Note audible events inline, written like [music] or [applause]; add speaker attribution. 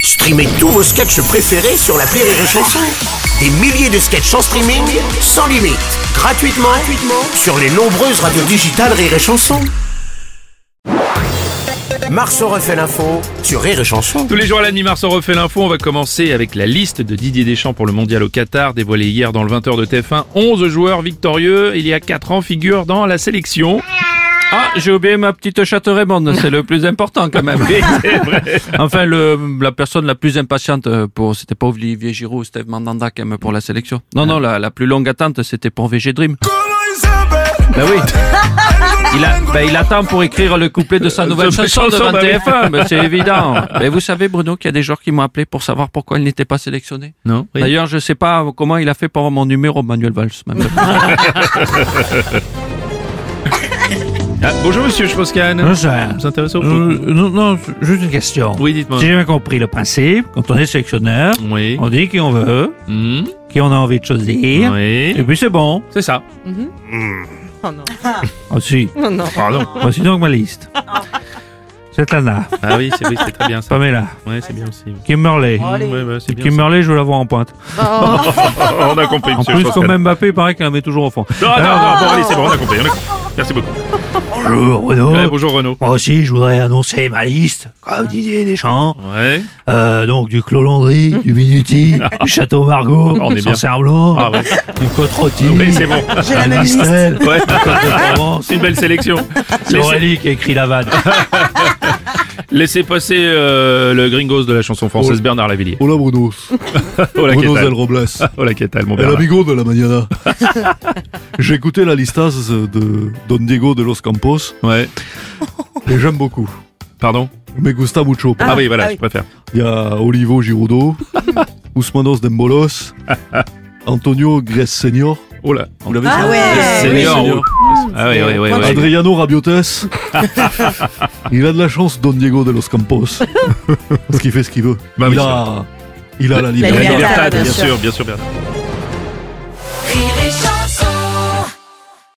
Speaker 1: Streamez tous vos sketchs préférés sur la Rire et Chanson. Des milliers de sketchs en streaming, sans limite, gratuitement, gratuitement sur les nombreuses radios digitales Rire et Chanson. Marceau refait l'info sur Rire et Chanson.
Speaker 2: Tous les jours à la mi-mars, on refait l'info. On va commencer avec la liste de Didier Deschamps pour le mondial au Qatar, dévoilée hier dans le 20h de TF1. 11 joueurs victorieux, il y a 4 ans, figurent dans la sélection.
Speaker 3: Ah, j'ai oublié ma petite chatte Raymond, c'est le plus important quand
Speaker 4: [laughs]
Speaker 3: même. [laughs] Enfin, le, la personne la plus impatiente euh, pour, c'était pas Olivier Giroud ou Steve Mandanda quand même pour la sélection. Non, non, la, la plus longue attente, c'était pour VG Dream. Ben oui. Il, a,
Speaker 2: bah,
Speaker 3: ben, il attend pour écrire le couplet de
Speaker 4: Euh,
Speaker 3: sa nouvelle
Speaker 2: sa
Speaker 3: chanson
Speaker 2: chanson,
Speaker 4: bah
Speaker 3: devant
Speaker 2: ben oui.
Speaker 3: TF1, ben
Speaker 4: [laughs]
Speaker 3: c'est évident. Mais vous savez, Bruno, qu'il y a des joueurs qui m'ont appelé pour savoir pourquoi il n'était pas sélectionné.
Speaker 2: Non, oui.
Speaker 3: D'ailleurs, je sais pas comment il a fait pour avoir mon numéro, Manuel Valls. même.
Speaker 2: Ah, bonjour monsieur Schwarzkopf.
Speaker 4: Bonsoir.
Speaker 2: Vous intéressez au foot
Speaker 4: Euh, non, non, juste une question.
Speaker 2: Oui, dites-moi.
Speaker 4: J'ai jamais compris le principe. Quand on est sélectionneur,
Speaker 2: Oui.
Speaker 4: on dit qui on veut,
Speaker 2: Hmm,
Speaker 4: qui on a envie de choisir, et
Speaker 2: Oui.
Speaker 4: puis c'est bon.
Speaker 2: C'est ça.
Speaker 4: Ah si,
Speaker 2: Pardon.
Speaker 4: voici donc ma liste. Cette Lana,
Speaker 2: Ah oui, c'est oui, c'est très bien ça.
Speaker 4: Pamela,
Speaker 2: Ouais, c'est bien aussi.
Speaker 4: Kimberley.
Speaker 2: Ouais, bah, c'est bien ça.
Speaker 4: Kimberley, je veux la voir en pointe. [laughs]
Speaker 2: Oh, on a compris
Speaker 4: En
Speaker 2: monsieur
Speaker 4: plus,
Speaker 2: Schwarzkopf.
Speaker 4: comme Mbappé, il paraît qu'il la met toujours au fond.
Speaker 2: Non, non, non,
Speaker 4: Ah.
Speaker 2: bon, allez, c'est bon, on a compris. on a compris. Merci beaucoup.
Speaker 4: Euh, Bonjour, Bruno.
Speaker 2: Ouais, bonjour Renaud.
Speaker 4: Moi aussi, je voudrais annoncer ma liste, comme Didier Deschamps.
Speaker 2: Ouais.
Speaker 4: Euh, donc du Clos Landry, du
Speaker 2: [laughs]
Speaker 4: Minuti, du Château Margot,
Speaker 2: On est
Speaker 4: du
Speaker 2: bien.
Speaker 4: Saint-Cerblon,
Speaker 2: Ah ouais.
Speaker 4: du Côte-Rôtie,
Speaker 2: Oui, c'est
Speaker 4: [laughs]
Speaker 2: bon.
Speaker 4: de la Mastel,
Speaker 2: Ouais.
Speaker 4: de Provence.
Speaker 2: C'est une belle
Speaker 5: [laughs]
Speaker 2: sélection.
Speaker 4: C'est Aurélie qui a écrit la vanne.
Speaker 2: Laissez passer euh, le gringos de la chanson française,
Speaker 5: Oh.
Speaker 2: Bernard Lavillier. Oh,
Speaker 5: Hola Brunos,
Speaker 2: Hola,
Speaker 5: Brunos
Speaker 2: Quetal.
Speaker 5: del Robles,
Speaker 2: Hola, Quetal, Oh, mon
Speaker 5: el
Speaker 2: Bernard.
Speaker 5: amigo de la mañana. [laughs] J'ai écouté la listas de Don Diego de los Campos
Speaker 2: Ouais.
Speaker 5: et j'aime beaucoup.
Speaker 2: Pardon
Speaker 5: Me gusta mucho.
Speaker 2: Ah, oui, voilà, je préfère.
Speaker 5: Il y a
Speaker 2: [laughs]
Speaker 5: Olivo Giroudot, Ousmanos Dembolos, Antonio Gress Senior,
Speaker 2: Oh là.
Speaker 5: vous l'avez dit
Speaker 2: Senior.
Speaker 5: Senior.
Speaker 2: Ah oui, oui, oui. oui.
Speaker 5: Adriano Rabiotes. il a de la chance, Don Diego de los
Speaker 2: [laughs]
Speaker 5: Campos. Parce qu'il fait ce qu'il veut.
Speaker 2: Bah oui, Bah,
Speaker 5: il, a, il a la liberté.
Speaker 2: La
Speaker 6: libertad,
Speaker 2: libertad,
Speaker 6: bien
Speaker 2: bien
Speaker 6: sûr.
Speaker 2: sûr, bien sûr, Bernard.